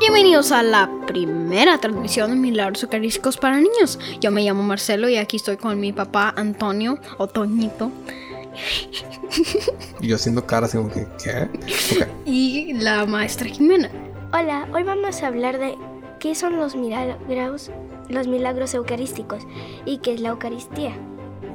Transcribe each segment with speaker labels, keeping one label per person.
Speaker 1: Bienvenidos a la primera transmisión de Milagros Eucarísticos para Niños. Yo me llamo Marcelo y aquí estoy con mi papá Antonio Otoñito.
Speaker 2: Y yo haciendo caras como que, ¿qué? Ok.
Speaker 1: y la maestra Jimena.
Speaker 3: Hola, hoy vamos a hablar de qué son los milagros, los milagros eucarísticos y qué es la Eucaristía.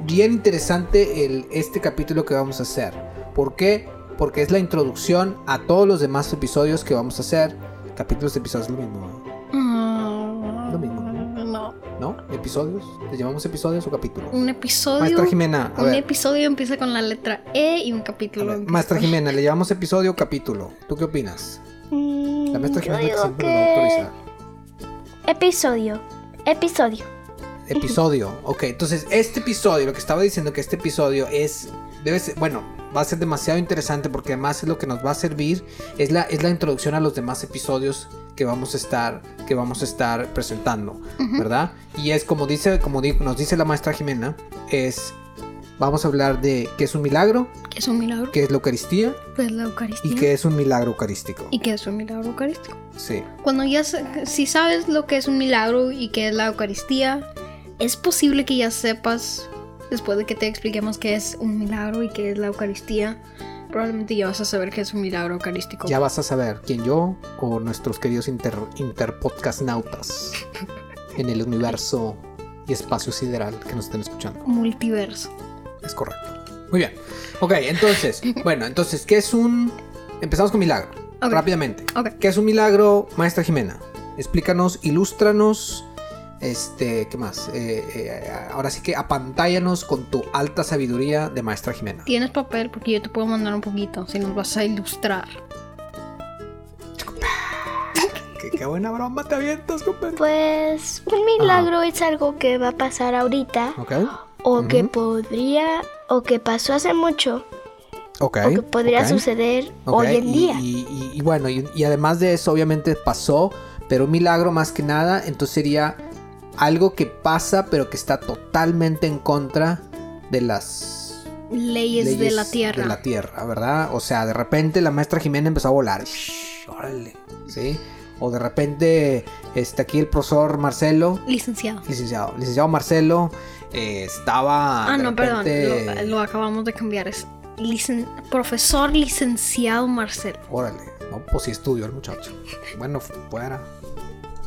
Speaker 4: bien interesante el, este capítulo que vamos a hacer. ¿Por qué? Porque es la introducción a todos los demás episodios que vamos a hacer. Capítulos, episodios, lo mismo,
Speaker 1: Ah,
Speaker 4: Lo mismo.
Speaker 1: no,
Speaker 4: ¿no? ¿Episodios? ¿Le llamamos episodios o capítulos?
Speaker 1: un episodio.
Speaker 4: Maestra Jimena, a
Speaker 1: Un
Speaker 4: ver.
Speaker 1: episodio empieza con la letra E y un
Speaker 4: a
Speaker 1: capítulo.
Speaker 4: ver,
Speaker 1: empieza
Speaker 4: Maestra
Speaker 1: con-
Speaker 4: Jimena, ¿le llamamos episodio o capítulo? ¿Tú qué opinas? La maestra
Speaker 3: Mm, yo
Speaker 4: Jimena que
Speaker 3: digo
Speaker 4: siempre nos autoriza.
Speaker 3: que episodio, episodio.
Speaker 4: Episodio. Ok, entonces este episodio, lo que estaba diciendo que este episodio es, debe ser, bueno, va a ser demasiado interesante porque además es lo que nos va a servir, es la, es la introducción a los demás episodios que vamos a estar, que vamos a estar presentando, ¿verdad? Y es como dice, como di- nos dice la maestra Jimena, es, vamos a hablar de qué es un milagro,
Speaker 1: Que es un milagro.
Speaker 4: qué es la Eucaristía
Speaker 1: Que es la Eucaristía.
Speaker 4: y qué es un milagro eucarístico.
Speaker 1: Y que es un milagro eucarístico.
Speaker 4: Sí.
Speaker 1: Cuando ya sa- si sabes lo que es un milagro y qué es la Eucaristía, es posible que ya sepas después de que te expliquemos qué es un milagro y qué es la Eucaristía. Probablemente ya vas a saber qué es un milagro eucarístico.
Speaker 4: Ya vas a saber quién yo o nuestros queridos inter, interpodcast nautas en el universo y espacio sideral que nos estén escuchando.
Speaker 1: Multiverso.
Speaker 4: Es correcto. Muy bien. Ok, entonces, bueno, entonces, ¿qué es un... Empezamos con milagro,
Speaker 1: Ok.
Speaker 4: rápidamente.
Speaker 1: Ok.
Speaker 4: ¿Qué es un milagro, maestra Jimena? Explícanos, ilústranos, este, ¿qué más? Eh, eh, ahora sí que apantállanos con tu alta sabiduría de maestra Jimena.
Speaker 1: Tienes papel porque yo te puedo mandar un poquito si nos vas a ilustrar.
Speaker 4: Qué, qué buena broma te avientas, compadre.
Speaker 3: Pues un milagro es algo que va a pasar ahorita
Speaker 4: Ok,
Speaker 3: o que
Speaker 4: Ujú.
Speaker 3: podría o que pasó hace mucho
Speaker 4: ok.
Speaker 3: o que podría
Speaker 4: ok.
Speaker 3: suceder
Speaker 4: Ok,
Speaker 3: hoy en
Speaker 4: y-
Speaker 3: día.
Speaker 4: Y, y- y bueno, y, y además de eso, obviamente pasó, pero un milagro más que nada, entonces sería algo que pasa, pero que está totalmente en contra de las
Speaker 1: Leyes, de la Tierra.
Speaker 4: de la tierra, ¿verdad? O sea, de repente la maestra Jimena empezó a volar. Shhh, órale, ¿sí? O de repente, este, aquí el profesor Marcelo,
Speaker 1: Licenciado.
Speaker 4: licenciado, licenciado Marcelo, eh, estaba.
Speaker 1: Ah,
Speaker 4: de
Speaker 1: no, perdón.
Speaker 4: repente-
Speaker 1: Lo, lo acabamos de cambiar. Es licen- profesor licenciado Marcelo.
Speaker 4: Órale, no, pues sí estudió el muchacho. Bueno, fuera.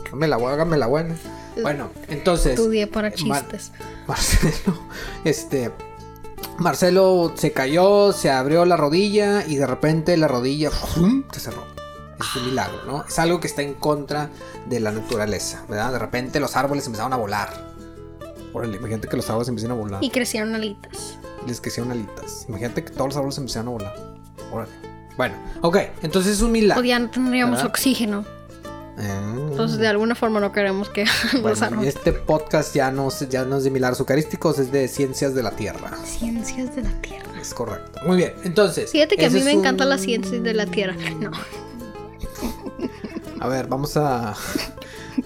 Speaker 4: Hágame la buena, hágame la buena. Bueno, entonces,
Speaker 1: Estudié para
Speaker 4: eh, Mar-
Speaker 1: chistes.
Speaker 4: Marcelo, este. Marcelo se cayó, se abrió la rodilla y de repente la rodilla ¡fum! se cerró. Es un milagro, ¿no? Es algo que está en contra de la naturaleza, ¿verdad? De repente los árboles empezaron a volar. Órale, imagínate que los árboles empiezan a volar.
Speaker 1: Y crecieron alitas.
Speaker 4: les crecieron alitas. Imagínate que todos los árboles empezaron a volar. Órale. Bueno, ok, entonces es un milagro.
Speaker 1: O Pues ya no tendríamos
Speaker 4: ¿Verdad?
Speaker 1: oxígeno.
Speaker 4: Ah.
Speaker 1: Entonces, de alguna forma no queremos que los
Speaker 4: Bueno, y
Speaker 1: árboles.
Speaker 4: este podcast ya no, es- ya no es de milagros eucarísticos, es de ciencias de la tierra.
Speaker 1: Ciencias de la Tierra.
Speaker 4: Es correcto. Muy bien, entonces.
Speaker 1: Fíjate que a
Speaker 4: ese
Speaker 1: mí me
Speaker 4: es un-
Speaker 1: encantan las ciencias de la Tierra. No.
Speaker 4: A ver, vamos a.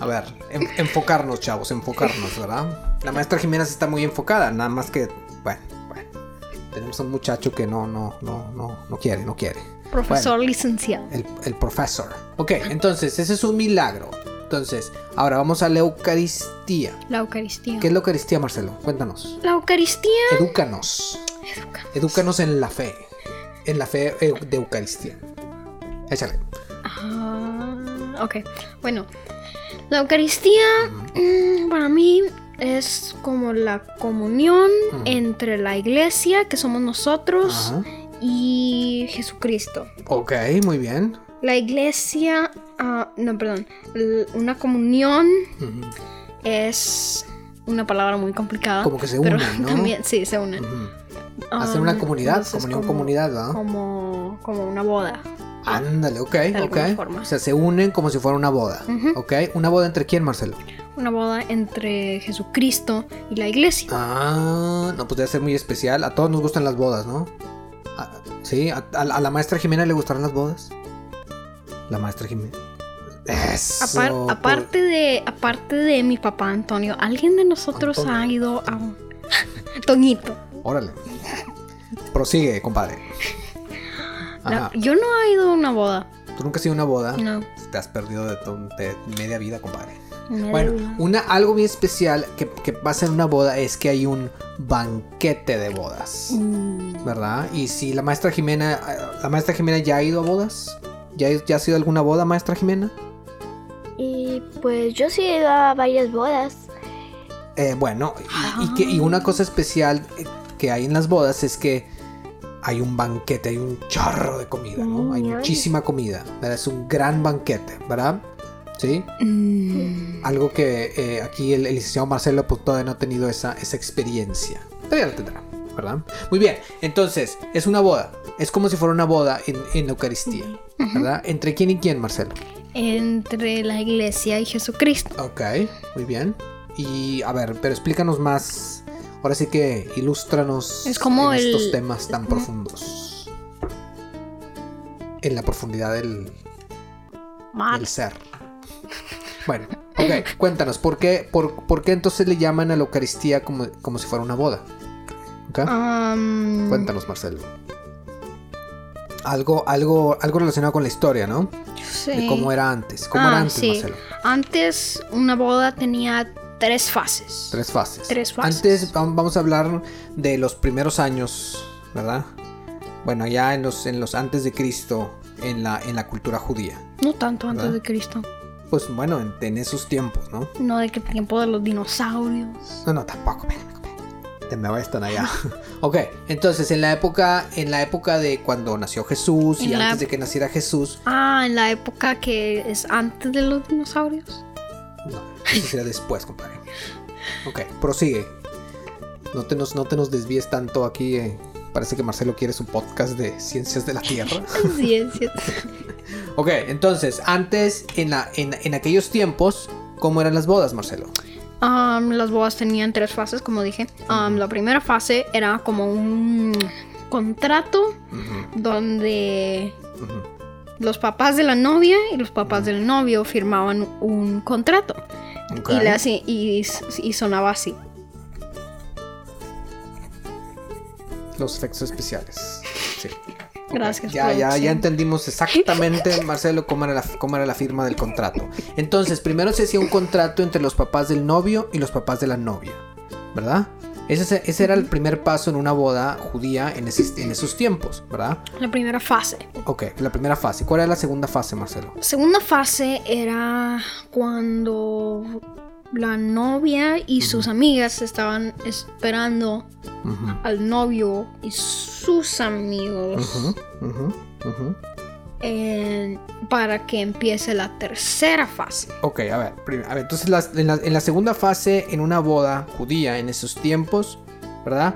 Speaker 4: A ver, en- enfocarnos, chavos, enfocarnos, ¿verdad? La maestra Jimena sí está muy enfocada, nada más que. Bueno, bueno. Tenemos a un muchacho que no, no, no, no, no quiere, no quiere.
Speaker 1: Profesor licenciado.
Speaker 4: El, el profesor. Ok, entonces, ese es un milagro. Entonces, ahora vamos a la Eucaristía.
Speaker 1: La Eucaristía.
Speaker 4: ¿Qué es la Eucaristía, Marcelo? Cuéntanos.
Speaker 1: La Eucaristía.
Speaker 4: Edúcanos. Edúcanos en la fe. En la fe eh, de Eucaristía. Échale.
Speaker 1: Ah, ok. Bueno. La Eucaristía mm, para mí es como la comunión entre la iglesia, que somos nosotros,
Speaker 4: Ajá.
Speaker 1: y Jesucristo.
Speaker 4: Ok, muy bien.
Speaker 1: La iglesia, ah, no, perdón, l- una comunión
Speaker 4: Ujú.
Speaker 1: es una palabra muy complicada.
Speaker 4: Como que se
Speaker 1: pero
Speaker 4: unen, ¿no?
Speaker 1: También, sí, se unen.
Speaker 4: Ujú. Hacer
Speaker 1: Um,
Speaker 4: una comunidad,
Speaker 1: entonces
Speaker 4: comunión,
Speaker 1: como-
Speaker 4: comunidad, ¿verdad?
Speaker 1: Como, como una boda.
Speaker 4: Ándale, ok,
Speaker 1: alguna
Speaker 4: ok.
Speaker 1: forma.
Speaker 4: O sea, se unen como si fuera una boda.
Speaker 1: Ujú.
Speaker 4: Ok, ¿una boda entre quién, Marcelo?
Speaker 1: Una boda entre Jesucristo y la iglesia.
Speaker 4: Ah, no, pues debe ser muy especial. A todos nos gustan las bodas, ¿no? A- sí, a, a- a la maestra Jimena le gustarán las bodas. La maestra Jimena. Eso,
Speaker 1: Apar-
Speaker 4: pues.
Speaker 1: aparte, de, aparte de mi papá Antonio, ¿alguien de nosotros
Speaker 4: Antonio.
Speaker 1: ha ido a un... Toñito.
Speaker 4: Órale. Prosigue, compadre.
Speaker 1: La-
Speaker 4: Ajá. Ah.
Speaker 1: yo no he ido a una boda.
Speaker 4: Tú nunca has ido a una boda.
Speaker 1: No.
Speaker 4: Te has perdido de, to- de media vida, compadre.
Speaker 1: Me
Speaker 4: Bueno,
Speaker 1: debo.
Speaker 4: una, algo bien especial que, que pasa en una boda es que hay un banquete de bodas.
Speaker 1: Mm.
Speaker 4: ¿Verdad? Y si la maestra Jimena, eh, la maestra Jimena ya ha ido a bodas. ¿Ya, ha- ya ha sido a alguna boda, maestra Jimena?
Speaker 3: Y pues yo sí he ido a varias bodas.
Speaker 4: Eh, bueno, y, y que, y una cosa especial eh, que hay en las bodas es que hay un banquete, hay un charro de comida, ¿no? Hay
Speaker 3: Mm, ay.
Speaker 4: muchísima comida, ¿verdad? Es un gran banquete, ¿verdad? Sí.
Speaker 1: Mm.
Speaker 4: Algo que eh, aquí el, el licenciado Marcelo pues, todavía no ha tenido esa, esa experiencia. Pero ya la tendrá, ¿verdad? Muy bien, entonces, es una boda. Es como si fuera una boda en, en la Eucaristía, ¿verdad? ¿Entre quién y quién, Marcelo?
Speaker 1: Entre la iglesia y Jesucristo.
Speaker 4: Ok, muy bien. Y a ver, pero explícanos más. Ahora sí que ilústranos
Speaker 1: Es como
Speaker 4: en estos
Speaker 1: el-
Speaker 4: temas tan profundos. En la profundidad del,
Speaker 1: Mar. Ah,
Speaker 4: del ser. Bueno, ok, cuéntanos, ¿por qué, por, por qué entonces le llaman a la Eucaristía como, como si fuera una boda? Ok,
Speaker 1: Um, Ah. Am,
Speaker 4: Cuéntanos, Marcelo. Algo, algo, algo relacionado con la historia, ¿no?
Speaker 1: sí.
Speaker 4: De cómo era antes. ¿Cómo
Speaker 1: Ah,
Speaker 4: era antes,
Speaker 1: sí.
Speaker 4: Marcelo?
Speaker 1: Antes una boda tenía tres fases.
Speaker 4: Tres fases.
Speaker 1: Tres fases.
Speaker 4: Antes vam- vamos a hablar de los primeros años, ¿verdad? Bueno, ya en los, en los antes de Cristo, en la, en la cultura judía.
Speaker 1: No tanto antes
Speaker 4: ¿Verdad?
Speaker 1: de Cristo.
Speaker 4: Pues bueno, en, en esos tiempos, ¿no?
Speaker 1: No de que tiempo de los dinosaurios.
Speaker 4: No, no, tampoco, espérame, espérame. Te me vayas tan allá. ok, entonces en la época, en la época de cuando nació Jesús y
Speaker 1: En la-
Speaker 4: antes de que naciera Jesús,
Speaker 1: Ah, en la época que es antes de los dinosaurios.
Speaker 4: no, eso será después, compadre. Ok, prosigue. No te nos, no te nos desvíes tanto aquí. eh. Parece que Marcelo quiere su podcast de ciencias de la Tierra.
Speaker 1: Así es, sí es.
Speaker 4: Ok, entonces, antes, en, la, en, en aquellos tiempos, ¿cómo eran las bodas, Marcelo?
Speaker 1: Am, Um, las bodas tenían tres fases, como dije. Am, la primera fase era como un contrato donde
Speaker 4: Ujú.
Speaker 1: los papás de la novia y los papás del novio firmaban un contrato.
Speaker 4: Ok.
Speaker 1: Y, le hace- y, y sonaba así.
Speaker 4: Los efectos especiales. Sí. Ok,
Speaker 1: Gracias,
Speaker 4: Ya, ya, ya
Speaker 1: producción.
Speaker 4: entendimos exactamente, Marcelo, cómo era, la, cómo era la firma del contrato. Entonces, primero se hacía un contrato entre los papás del novio y los papás de la novia, ¿verdad? Ese, se- ese era el primer paso en una boda judía en, ese- en esos tiempos, ¿verdad?
Speaker 1: La primera fase.
Speaker 4: Ok, la primera fase. ¿Cuál era la segunda fase, Marcelo?
Speaker 1: Segunda fase era cuando la novia y sus amigas estaban esperando
Speaker 4: Ujú.
Speaker 1: al novio y sus amigos
Speaker 4: Ujú, ujú, ujú.
Speaker 1: en- para que empiece la tercera fase.
Speaker 4: Ok, a ver, prim- a ver entonces las- en, la, en la segunda fase, en una boda judía en esos tiempos, ¿verdad?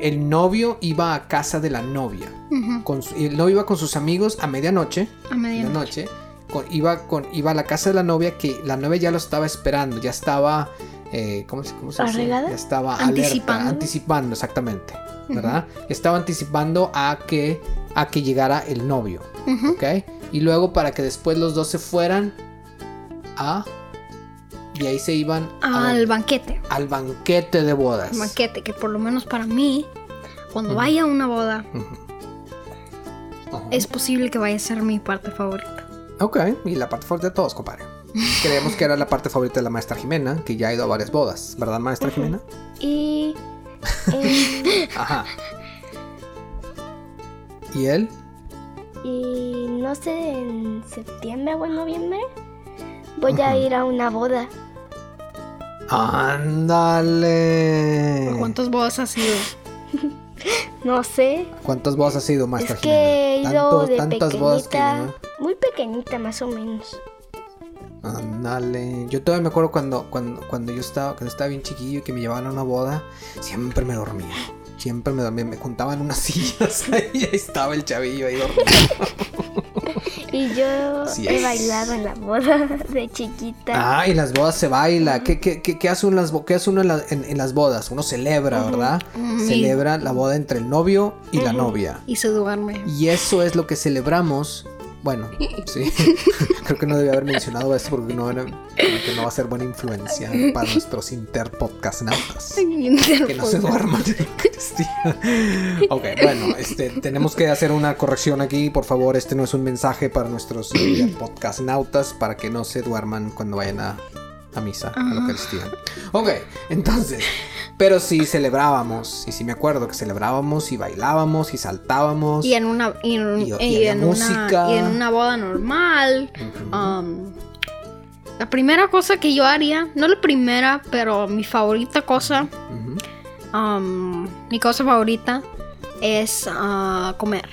Speaker 4: El novio iba a casa de la novia.
Speaker 1: Ujú,
Speaker 4: Con su- el novio iba con sus amigos a medianoche.
Speaker 1: A medianoche.
Speaker 4: Medianoche. con- iba, con, iba a la casa de la novia que la novia ya lo estaba esperando, ya estaba... eh, ¿Cómo se, cómo se dice?
Speaker 3: ¿Arreglada?
Speaker 4: Ya estaba
Speaker 1: Anticipando.
Speaker 4: alerta, anticipando, exactamente, ¿verdad? Estaba anticipando a que, a que llegara el novio.
Speaker 1: Ujú.
Speaker 4: ¿ok? Y luego para que después los dos se fueran a... Y ahí se iban a-
Speaker 1: Al banquete.
Speaker 4: al banquete de bodas.
Speaker 1: Al banquete, que por lo menos para mí, cuando
Speaker 4: Ujú.
Speaker 1: vaya a una boda,
Speaker 4: Ujú. Ajá.
Speaker 1: es posible que vaya a ser mi parte favorita.
Speaker 4: Ok, y la parte favorita de todos, compadre. Creemos que era la parte favorita de la maestra Jimena, que ya ha ido a varias bodas, ¿verdad, maestra Jimena?
Speaker 3: Y. em,
Speaker 4: Ajá. ¿Y él?
Speaker 3: y no sé, en septiembre o en noviembre voy a
Speaker 4: Ujú.
Speaker 3: ir a una boda.
Speaker 4: ¡Ándale!
Speaker 1: ¿A ¿Cuántas bodas has ido?
Speaker 3: No sé.
Speaker 4: ¿Cuántas bodas has ido, maestra
Speaker 3: Es que he
Speaker 4: Jimena?
Speaker 3: ido
Speaker 4: Tanto-
Speaker 3: de
Speaker 4: tantas bodas que
Speaker 3: pequeñita, muy pequeñita más o menos.
Speaker 4: Ándale. Yo todavía me acuerdo cuando, cuando, cuando yo estaba, cuando estaba bien chiquillo y que me llevaban a una boda, siempre me dormía. Siempre me dormía. Me juntaban unas sillas ahí, y ahí estaba el chavillo ahí dormido.
Speaker 3: Y yo
Speaker 4: Así
Speaker 3: he
Speaker 4: es.
Speaker 3: bailado en la boda de chiquita.
Speaker 4: Ah, y las bodas se baila. ¿Qué, qué, qué- qué hace, uno en las bo- qué hace uno en, la- en- en las bodas? Uno celebra, ¿verdad?
Speaker 1: Mm,
Speaker 4: Celebra la boda entre el novio y la novia.
Speaker 1: Y se duerme.
Speaker 4: Y eso es lo que celebramos Bueno, sí. Creo que no debía haber mencionado esto porque no, van a- porque no va a ser buena influencia para nuestros interpodcastnautas. Que
Speaker 1: Pues,
Speaker 4: no se duerman. Sí. Ok, bueno, este, tenemos que hacer una corrección aquí. Por favor, este no es un mensaje para nuestros eh, podcastnautas para que no se duerman cuando vayan a, a misa, a la Eucaristía. Ok, entonces, pero sí celebrábamos. Y sí me acuerdo que celebrábamos y bailábamos y saltábamos.
Speaker 1: Y en una, y en, un-
Speaker 4: Y- y
Speaker 1: y
Speaker 4: había
Speaker 1: en una,
Speaker 4: música.
Speaker 1: y en una boda normal.
Speaker 4: Ujú.
Speaker 1: um, la primera cosa que yo haría, no la primera, pero mi favorita cosa,
Speaker 4: Ujú.
Speaker 1: um, mi cosa favorita es ah, comer.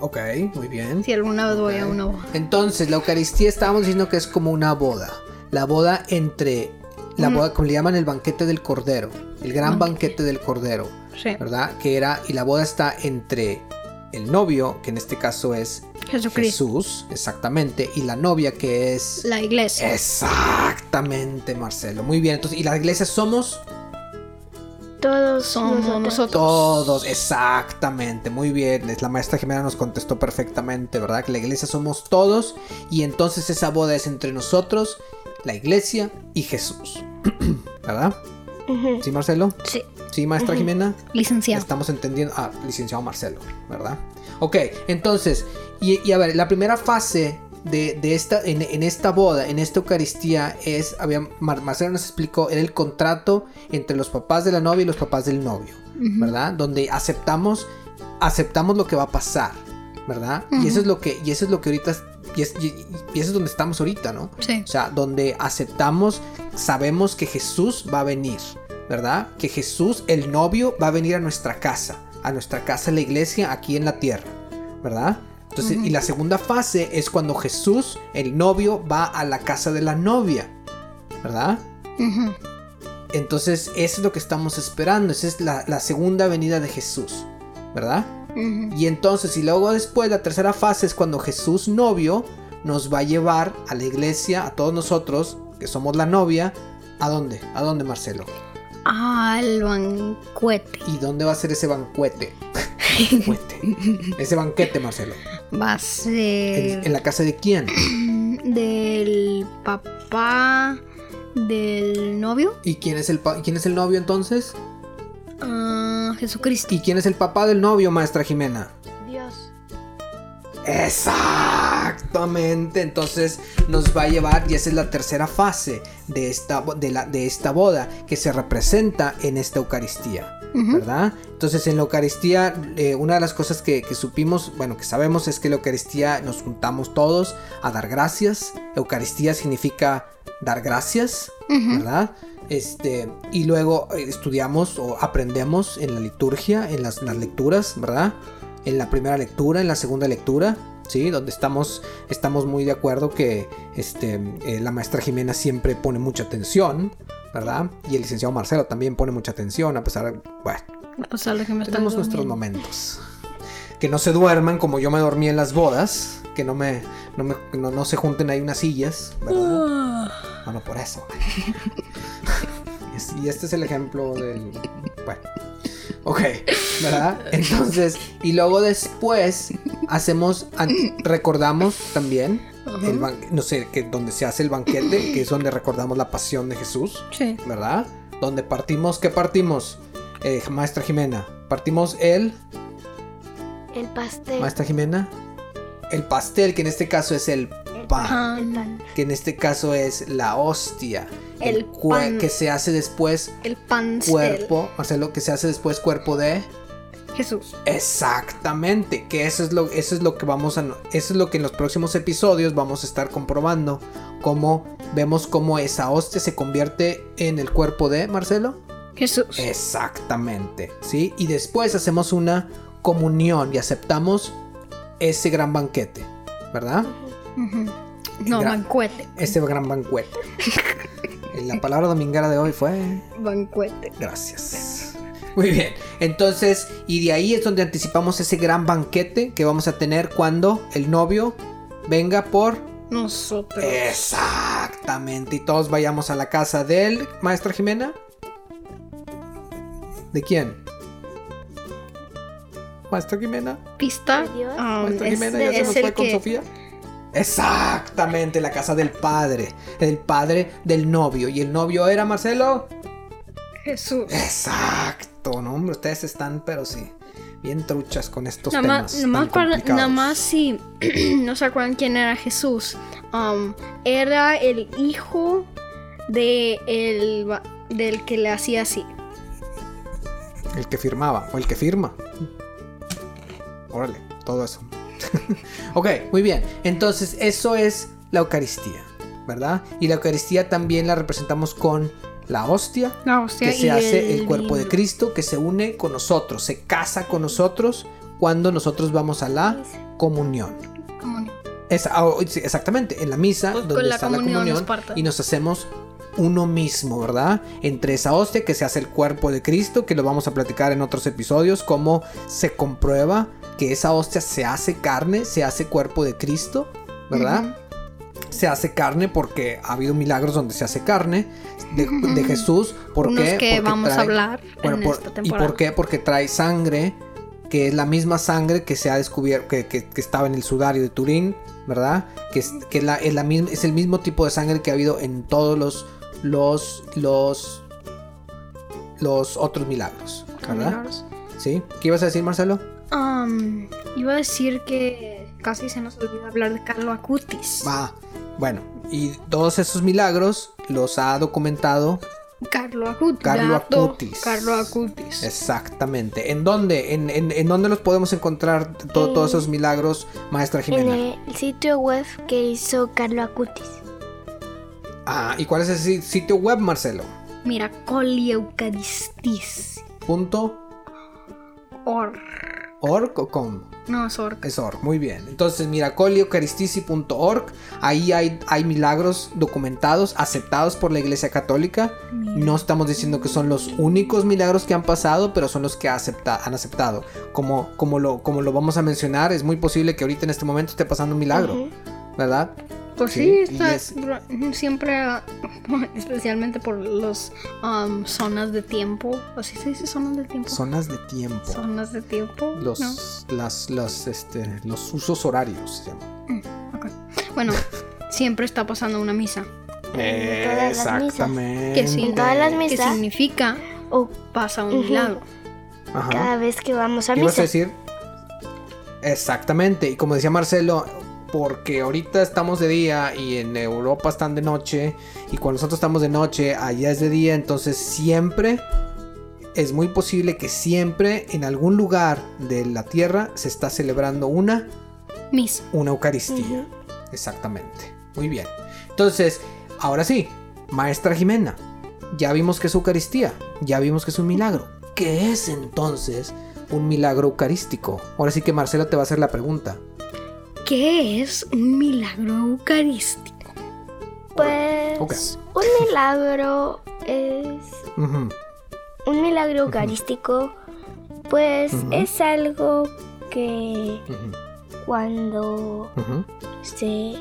Speaker 4: Ok, muy bien.
Speaker 1: Si alguna vez voy a
Speaker 4: Ok.
Speaker 1: una boda.
Speaker 4: Entonces, la Eucaristía estábamos diciendo que es como una boda. La boda entre. La boda, como le llaman el banquete del Cordero. El gran banquete del Cordero.
Speaker 1: Sí.
Speaker 4: ¿Verdad? Que era. Y la boda está entre el novio, que en este caso es
Speaker 1: Jesucristo.
Speaker 4: Jesús, exactamente, y la novia, que es.
Speaker 1: La iglesia.
Speaker 4: Exactamente, Marcelo. Muy bien. Entonces, y la iglesia somos
Speaker 3: Todos
Speaker 1: Somos
Speaker 3: nosotros.
Speaker 1: nosotros.
Speaker 4: Eh, todos. Exactamente. Muy bien. Es- La maestra Jimena nos contestó perfectamente, ¿verdad? Que la iglesia somos todos. Y entonces esa boda es entre nosotros, la iglesia y Jesús. ¿Verdad?
Speaker 3: Ujú.
Speaker 4: ¿Sí, Marcelo?
Speaker 3: Sí.
Speaker 4: ¿Sí, maestra Jimena?
Speaker 1: Licenciado.
Speaker 4: Estamos entendiendo. Ah, licenciado Marcelo, ¿verdad? Ok, entonces, y, y a ver, la primera fase de, de esta, en, en esta boda, en esta Eucaristía, es, había, Mar- Marcelo nos explicó, era el contrato entre los papás de la novia y los papás del novio, ¿verdad? Donde aceptamos, aceptamos lo que va a pasar, ¿verdad? Y eso es lo que, y eso es lo que ahorita, y, es- y- y eso es donde estamos ahorita, ¿no?
Speaker 1: Sí.
Speaker 4: O sea, donde aceptamos, sabemos que Jesús va a venir, ¿verdad? Que Jesús, el novio, va a venir a nuestra casa, a nuestra casa, la iglesia, aquí en la tierra, ¿verdad? Entonces, y la segunda fase es cuando Jesús, el novio, va a la casa de la novia, ¿verdad?
Speaker 1: Ujú.
Speaker 4: Entonces, eso es lo que estamos esperando, esa es la, la segunda venida de Jesús, ¿verdad?
Speaker 1: Ujú.
Speaker 4: Y entonces, y luego después, la tercera fase es cuando Jesús novio nos va a llevar a la iglesia, a todos nosotros, que somos la novia, ¿a dónde? ¿A dónde, Marcelo?
Speaker 1: Al banquete.
Speaker 4: ¿Y dónde va a ser ese banquete? banquete. Ese banquete, Marcelo.
Speaker 1: Va a ser.
Speaker 4: ¿En, en la casa de quién?
Speaker 1: Mm, del papá del novio,
Speaker 4: ¿Y quién es el, pa- quién es el novio entonces?
Speaker 1: ah, Jesucristo.
Speaker 4: ¿Y quién es el papá del novio, maestra Jimena?
Speaker 3: Dios.
Speaker 4: Exactamente, entonces nos va a llevar y esa es la tercera fase de esta, bo- de la, de esta boda que se representa en esta Eucaristía, ¿verdad? Entonces en la Eucaristía eh, una de las cosas que, que supimos, bueno, que sabemos es que la Eucaristía nos juntamos todos a dar gracias, Eucaristía significa dar gracias, ¿verdad? Este, y luego eh, estudiamos o aprendemos en la liturgia, en las, las lecturas, ¿verdad? En la primera lectura, en la segunda lectura, ¿sí? Donde estamos, estamos muy de acuerdo que este, eh, la maestra Jimena siempre pone mucha atención, ¿verdad? Y el licenciado Marcelo también pone mucha atención, a pesar de, bueno,
Speaker 1: Pues a lo que me están
Speaker 4: tenemos nuestros
Speaker 1: durmiendo.
Speaker 4: momentos. Que no se duerman como yo me dormí en las bodas, que no me, no me- no- no se junten ahí unas sillas, ¿verdad?
Speaker 1: Ah,
Speaker 4: Bueno, por eso. Es- y este es el ejemplo del. Bueno. Ok, ¿verdad? Entonces, y luego después hacemos, an- recordamos también, el ban- no sé, que donde se hace el banquete, que es donde recordamos la pasión de Jesús,
Speaker 1: sí.
Speaker 4: ¿verdad? Donde partimos, ¿qué partimos? Eh, Maestra Jimena, partimos el,
Speaker 3: El pastel.
Speaker 4: Maestra Jimena, el pastel, que en este caso es el pan
Speaker 1: Pan,
Speaker 3: El pan.
Speaker 4: que en este caso es la hostia, el,
Speaker 1: El
Speaker 4: cue-
Speaker 1: pan.
Speaker 4: que se hace después
Speaker 1: el pan
Speaker 4: cuerpo, Marcelo, que se hace después cuerpo de
Speaker 1: Jesús.
Speaker 4: exactamente, que eso es lo eso es lo que vamos a no- eso es lo que en los próximos episodios vamos a estar comprobando cómo vemos cómo esa hostia se convierte en el cuerpo de Marcelo.
Speaker 1: Jesús.
Speaker 4: Eh, Exactamente, ¿sí? Y después hacemos una comunión y aceptamos ese gran banquete, ¿verdad?
Speaker 1: Ujú. No,
Speaker 4: Gra-
Speaker 1: banquete.
Speaker 4: Este gran banquete. La palabra domingana de hoy fue
Speaker 1: Banquete.
Speaker 4: gracias. Muy bien. Entonces, y de ahí es donde anticipamos ese gran banquete que vamos a tener cuando el novio venga por
Speaker 1: Nosotros.
Speaker 4: Eh, exactamente y todos vayamos a la casa del maestra Jimena. ¿De quién? Maestra Jimena.
Speaker 1: Pista.
Speaker 3: Dios.
Speaker 1: um,
Speaker 4: Maestra
Speaker 1: es,
Speaker 4: Jimena ya
Speaker 1: Ah, este es
Speaker 4: se nos
Speaker 1: el
Speaker 4: fue con
Speaker 1: que,
Speaker 4: Sofía. Exactamente, la casa del padre. El padre del novio. ¿Y el novio era Marcelo?
Speaker 1: Jesús.
Speaker 4: Exacto, no, hombre, ustedes están, pero sí, bien truchas con estos
Speaker 1: Nada más,
Speaker 4: temas.
Speaker 1: nada más
Speaker 4: tan
Speaker 1: para-
Speaker 4: complicados.
Speaker 1: nada más si no se acuerdan quién era Jesús. um, era el hijo de el va- del que le hacía así.
Speaker 4: El que firmaba, o el que firma. Órale, todo eso. ok, muy bien. Entonces, eso es la Eucaristía, ¿verdad? Y la Eucaristía también la representamos con la hostia,
Speaker 1: La hostia
Speaker 4: que
Speaker 1: y
Speaker 4: se hace el,
Speaker 1: el
Speaker 4: cuerpo de
Speaker 1: vino.
Speaker 4: Cristo, que se une con nosotros, se casa con nosotros cuando nosotros vamos a la comunión.
Speaker 1: Comunión.
Speaker 4: Esa- ah, o- sí, exactamente, en la misa,
Speaker 1: Pues,
Speaker 4: donde
Speaker 1: con la
Speaker 4: está
Speaker 1: comunión
Speaker 4: la
Speaker 1: nos
Speaker 4: comunión,
Speaker 1: parta.
Speaker 4: y nos hacemos uno mismo, ¿verdad? Entre esa hostia que se hace el cuerpo de Cristo, que lo vamos a platicar en otros episodios, cómo se comprueba que esa hostia se hace carne, se hace cuerpo de Cristo, ¿verdad? Se hace carne porque ha habido milagros donde se hace carne de, de Jesús. ¿Por
Speaker 1: Unos
Speaker 4: qué?
Speaker 1: que
Speaker 4: Porque
Speaker 1: vamos a
Speaker 4: trae-
Speaker 1: hablar
Speaker 4: bueno,
Speaker 1: en
Speaker 4: por-
Speaker 1: esta
Speaker 4: ¿Y
Speaker 1: temporada.
Speaker 4: por qué? Porque trae sangre, que es la misma sangre que se ha descubierto, que, que- que estaba en el sudario de Turín, ¿verdad? Que, es, que es la, es, la misma, es el mismo tipo de sangre que ha habido en todos los, los, los, los otros milagros, ¿verdad?
Speaker 1: Milagros.
Speaker 4: ¿Sí? ¿Qué ibas a decir, Marcelo?
Speaker 1: Um, iba a decir que casi se nos olvidó hablar de Carlo Acutis.
Speaker 4: Va, bueno, y todos esos milagros los ha documentado
Speaker 1: Carlo Acutis.
Speaker 4: Carlo
Speaker 1: Beato
Speaker 4: Acutis.
Speaker 1: Carlo Acutis.
Speaker 4: exactamente. ¿En dónde? ¿En, en, en dónde los podemos encontrar to-
Speaker 3: En-
Speaker 4: todos esos milagros, maestra
Speaker 3: En
Speaker 4: Jimena?
Speaker 3: el sitio web que hizo Carlo Acutis.
Speaker 4: Ah, ¿y cuál es ese sitio web, Marcelo?
Speaker 1: Mira, Coli Eucaristis.
Speaker 4: Punto
Speaker 1: Or.
Speaker 4: org o com.
Speaker 1: No, es orca.
Speaker 4: Es org, muy bien. Entonces, miracolioeucaristici.org, ahí hay, hay milagros documentados, aceptados por la Iglesia Católica. No estamos diciendo que son los únicos milagros que han pasado, pero son los que acepta- han aceptado. Como, como, lo, como lo vamos a mencionar, es muy posible que ahorita en este momento esté pasando un milagro,
Speaker 3: Ujú.
Speaker 4: ¿verdad?
Speaker 1: Pues
Speaker 4: Sí,
Speaker 1: sí,
Speaker 4: y
Speaker 1: está
Speaker 4: es-
Speaker 1: bro- siempre, ah, especialmente por los um, zonas de tiempo. ¿Así se dice zonas de tiempo?
Speaker 4: Zonas de tiempo.
Speaker 1: Zonas de tiempo.
Speaker 4: Los,
Speaker 1: ¿no?
Speaker 4: las, las, este, los usos horarios se llaman.
Speaker 1: Ok. Bueno, siempre está pasando una misa.
Speaker 3: En todas las misas.
Speaker 4: Eh, Exactamente.
Speaker 1: Que sí.
Speaker 3: En todas las
Speaker 1: Que
Speaker 3: misas,
Speaker 1: significa
Speaker 3: o
Speaker 1: pasa un
Speaker 3: Ujú.
Speaker 1: milagro.
Speaker 4: Ajá.
Speaker 3: cada vez que vamos a
Speaker 4: ¿Qué ibas a
Speaker 3: misa.
Speaker 4: decir? Exactamente, y como decía Marcelo, porque ahorita estamos de día y en Europa están de noche, y cuando nosotros estamos de noche, allá es de día, entonces siempre es muy posible que siempre en algún lugar de la tierra se está celebrando una,
Speaker 1: Misa.
Speaker 4: una Eucaristía. Exactamente, muy bien. Entonces, ahora sí, maestra Jimena, ya vimos que es Eucaristía, ya vimos que es un milagro. ¿Qué es entonces un milagro eucarístico? Ahora sí que Marcela te va a hacer la pregunta.
Speaker 1: ¿Qué es un milagro eucarístico?
Speaker 3: Pues
Speaker 4: Ok.
Speaker 3: un milagro es
Speaker 4: Ujú,
Speaker 3: un milagro eucarístico, pues
Speaker 4: Ujú.
Speaker 3: es algo que
Speaker 4: ujú,
Speaker 3: cuando
Speaker 4: ujú,
Speaker 3: se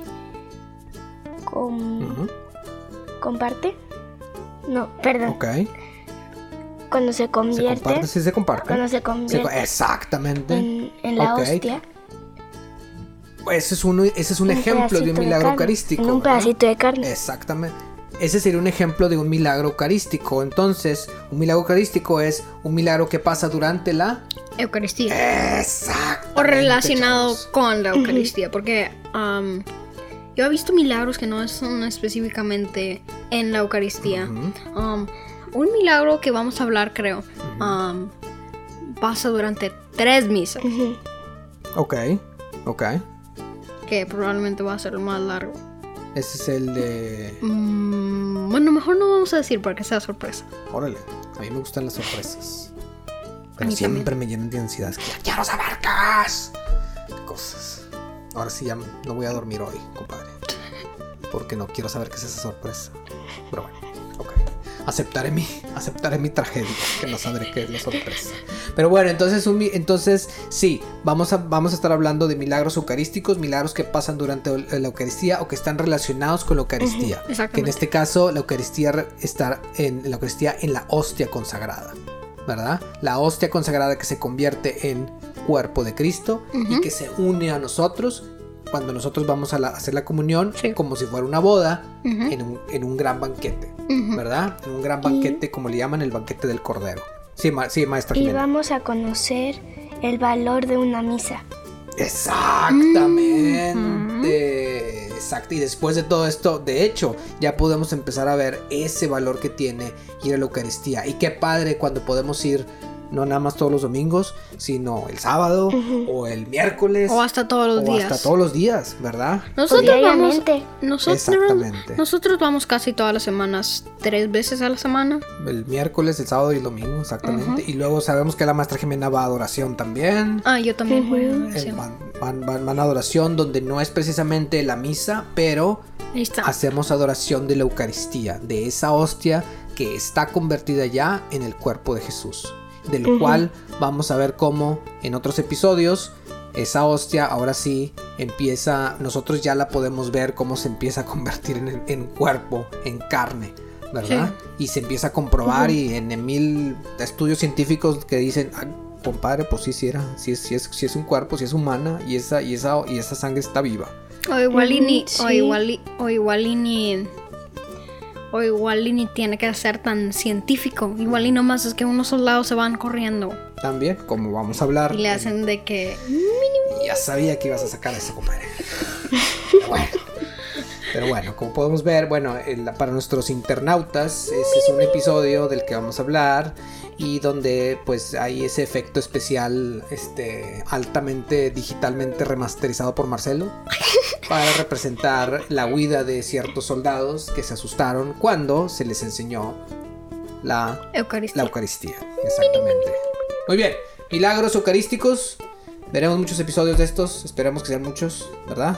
Speaker 3: com-
Speaker 4: ujú.
Speaker 3: comparte, no, perdón,
Speaker 4: Ok,
Speaker 3: cuando se
Speaker 4: se
Speaker 3: convierte,
Speaker 4: comparte, sí se comparte.
Speaker 3: cuando se
Speaker 4: Se co-
Speaker 3: convierte
Speaker 4: Exactamente.
Speaker 3: en, en la
Speaker 4: Ok.
Speaker 3: hostia,
Speaker 4: Ese es, uno, ese es un ejemplo de
Speaker 3: pedacito
Speaker 4: un milagro
Speaker 3: carne,
Speaker 4: eucarístico.
Speaker 3: en un
Speaker 4: ¿verdad?
Speaker 3: pedacito de carne.
Speaker 4: Exactamente. Ese sería un ejemplo de un milagro eucarístico. Entonces, un milagro eucarístico es un milagro que pasa durante la...
Speaker 1: Eucaristía.
Speaker 4: Exacto.
Speaker 1: o relacionado con la Eucaristía, porque um, yo he visto milagros que no son específicamente en la Eucaristía. Um, un milagro que vamos a hablar, creo, um, pasa durante tres misas,
Speaker 3: Ujú.
Speaker 4: Ok, ok.
Speaker 1: que probablemente va a ser el más largo.
Speaker 4: Ese es el de...
Speaker 1: Mm, bueno, mejor no vamos a decir para que sea sorpresa.
Speaker 4: Órale, a mí me gustan las sorpresas.
Speaker 1: A
Speaker 4: Pero
Speaker 1: mí
Speaker 4: siempre me llenan de ansiedad. Es que ya quiero saber qué es. Cosas. Ahora sí ya no voy a dormir hoy, compadre. Porque no quiero saber qué es esa sorpresa. Pero bueno, ok. Aceptaré mi, aceptaré mi tragedia, que no sabré qué es la sorpresa. Pero bueno, entonces, un mi- entonces sí, vamos a, vamos a estar hablando de milagros eucarísticos, milagros que pasan durante el- la Eucaristía o que están relacionados con la Eucaristía.
Speaker 1: exactamente.
Speaker 4: Que en este caso, la Eucaristía re- estar en la Eucaristía en la hostia consagrada, ¿verdad? La hostia consagrada que se convierte en cuerpo de Cristo y
Speaker 1: Ujú.
Speaker 4: que se une a nosotros cuando nosotros vamos a, la- hacer la comunión
Speaker 1: Sí.
Speaker 4: como si fuera una boda
Speaker 1: Ujú.
Speaker 4: en, un, en un gran banquete,
Speaker 1: Ujú.
Speaker 4: ¿verdad? En un gran banquete, como le llaman el banquete del Cordero. Sí, ma- sí maestra
Speaker 3: Y
Speaker 4: Jimena.
Speaker 3: vamos a conocer el valor de una misa.
Speaker 4: Exactamente. Exacto. Y después de todo esto, de hecho, ya podemos empezar a ver ese valor que tiene ir a la Eucaristía. Y qué padre cuando podemos ir, no nada más todos los domingos, sino el sábado o el miércoles.
Speaker 1: O hasta todos los
Speaker 4: o
Speaker 1: días.
Speaker 4: hasta todos los días, ¿verdad?
Speaker 1: Nosotros vamos,
Speaker 3: Diariamente.
Speaker 1: nosotros,
Speaker 4: Exactamente.
Speaker 1: nosotros vamos casi todas las semanas, tres veces a la semana.
Speaker 4: El miércoles, el sábado y el domingo, exactamente. Y luego sabemos que la maestra Jimena va a adoración también.
Speaker 1: Ah, yo también voy a la
Speaker 4: Eh,
Speaker 1: oración.
Speaker 4: Van, van- van- van a adoración donde no es precisamente la misa, pero
Speaker 1: Ahí está.
Speaker 4: hacemos adoración de la Eucaristía, de esa hostia que está convertida ya en el cuerpo de Jesús, del cual vamos a ver cómo en otros episodios esa hostia ahora sí empieza, nosotros ya la podemos ver cómo se empieza a convertir en, en cuerpo, en carne. ¿Verdad? Y se empieza a comprobar y en mil estudios científicos que dicen, "Ah, compadre, pues sí, sí era, sí, es- sí es, sí es un cuerpo, sí es humana y esa, y esa, y esa sangre está viva.
Speaker 1: O igual y ni,
Speaker 3: Ujú,
Speaker 1: o
Speaker 3: sí.
Speaker 1: igual y- o igual y ni, o igual y ni tiene que ser tan científico. Igual y nomás es que unos soldados se van corriendo
Speaker 4: También, como vamos a hablar.
Speaker 1: y le
Speaker 4: en-
Speaker 1: hacen de que
Speaker 4: Ya sabía que ibas a sacar eso, compadre. Bueno. Pero bueno, como podemos ver, bueno, el- para nuestros internautas, ese es un episodio del que vamos a hablar y donde pues hay ese efecto especial este altamente digitalmente remasterizado por Marcelo para representar la huida de ciertos soldados que se asustaron cuando se les enseñó la la
Speaker 1: Eucaristía.
Speaker 4: Eucaristía, exactamente. Muy bien, milagros eucarísticos. Veremos muchos episodios de estos, esperamos que sean muchos, ¿verdad?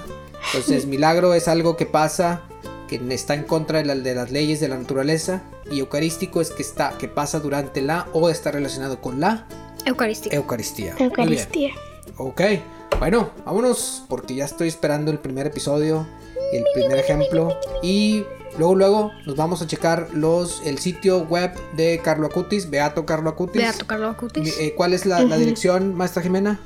Speaker 4: Entonces, milagro es algo que pasa, que está en contra de, la- de las leyes de la naturaleza, y eucarístico es que, está, que pasa durante la o está relacionado con la
Speaker 1: Eucaristía.
Speaker 4: Eucaristía. Muy bien.
Speaker 3: Eucaristía.
Speaker 4: Ok, bueno, vámonos, porque ya estoy esperando el primer episodio, el primer ejemplo. Y luego, luego nos vamos a checar los, el sitio web de Carlo Acutis, Beato Carlo Acutis.
Speaker 1: Ve a tocarlo a Cutis.
Speaker 4: Mi- eh, ¿Cuál es la, la dirección, maestra Jimena?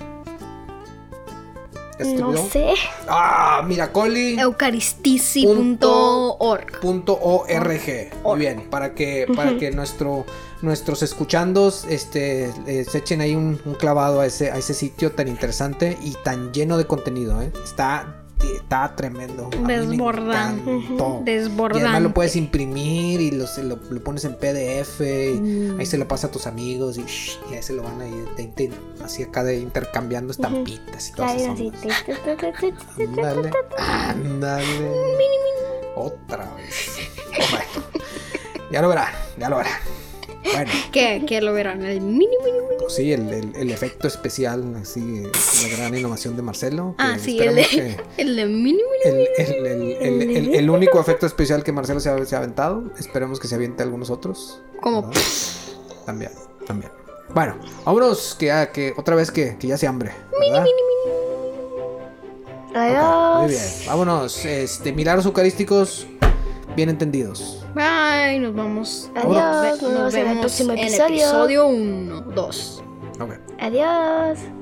Speaker 4: ¿Ya se te
Speaker 3: No
Speaker 4: olvidó?
Speaker 3: sé.
Speaker 4: Ah, Miracoli.
Speaker 1: Eucaristici.org.
Speaker 4: Punto .org. Muy bien, para que, para que nuestro, nuestros escuchandos este, eh, se echen ahí un, un clavado a ese, a ese sitio tan interesante y tan lleno de contenido. ¿eh? Está, está tremendo. A mí me
Speaker 1: Desbordante.
Speaker 4: encantó. Y además lo
Speaker 1: Desbordante.
Speaker 4: puedes imprimir y lo, se lo, lo pones en PDF. y Ahí se lo pasa a tus amigos y, shh, y ahí se lo van a ir te- te- así acá de intercambiando estampitas y todo
Speaker 3: Claro,
Speaker 4: eso.
Speaker 3: así.
Speaker 4: Ándale, ándale. Otra vez. Bueno, ya lo verán, ya lo verán. Bueno,
Speaker 1: Que, que lo verán. El mínimo.
Speaker 4: pues sí, el, el- el efecto especial, así, la gran innovación de Marcelo. que
Speaker 1: Ah, sí, el de,
Speaker 4: esperemos que
Speaker 1: el de mínimo.
Speaker 4: el, el- el- el- el- el único efecto especial que Marcelo se ha, se ha aventado. Esperemos que se aviente algunos otros.
Speaker 1: Como.
Speaker 4: También, también. Bueno, vámonos, que, ya- que otra vez que, que ya se hambre, ¿verdad? Ok, muy
Speaker 3: Adiós.
Speaker 4: bien, vámonos. Este, milagros eucarísticos bien entendidos. Ah.
Speaker 1: Bye, nos vamos.
Speaker 3: Adiós, nos vemos en el próximo episodio.
Speaker 1: episodio 1, 2.
Speaker 4: Ok.
Speaker 3: Adiós.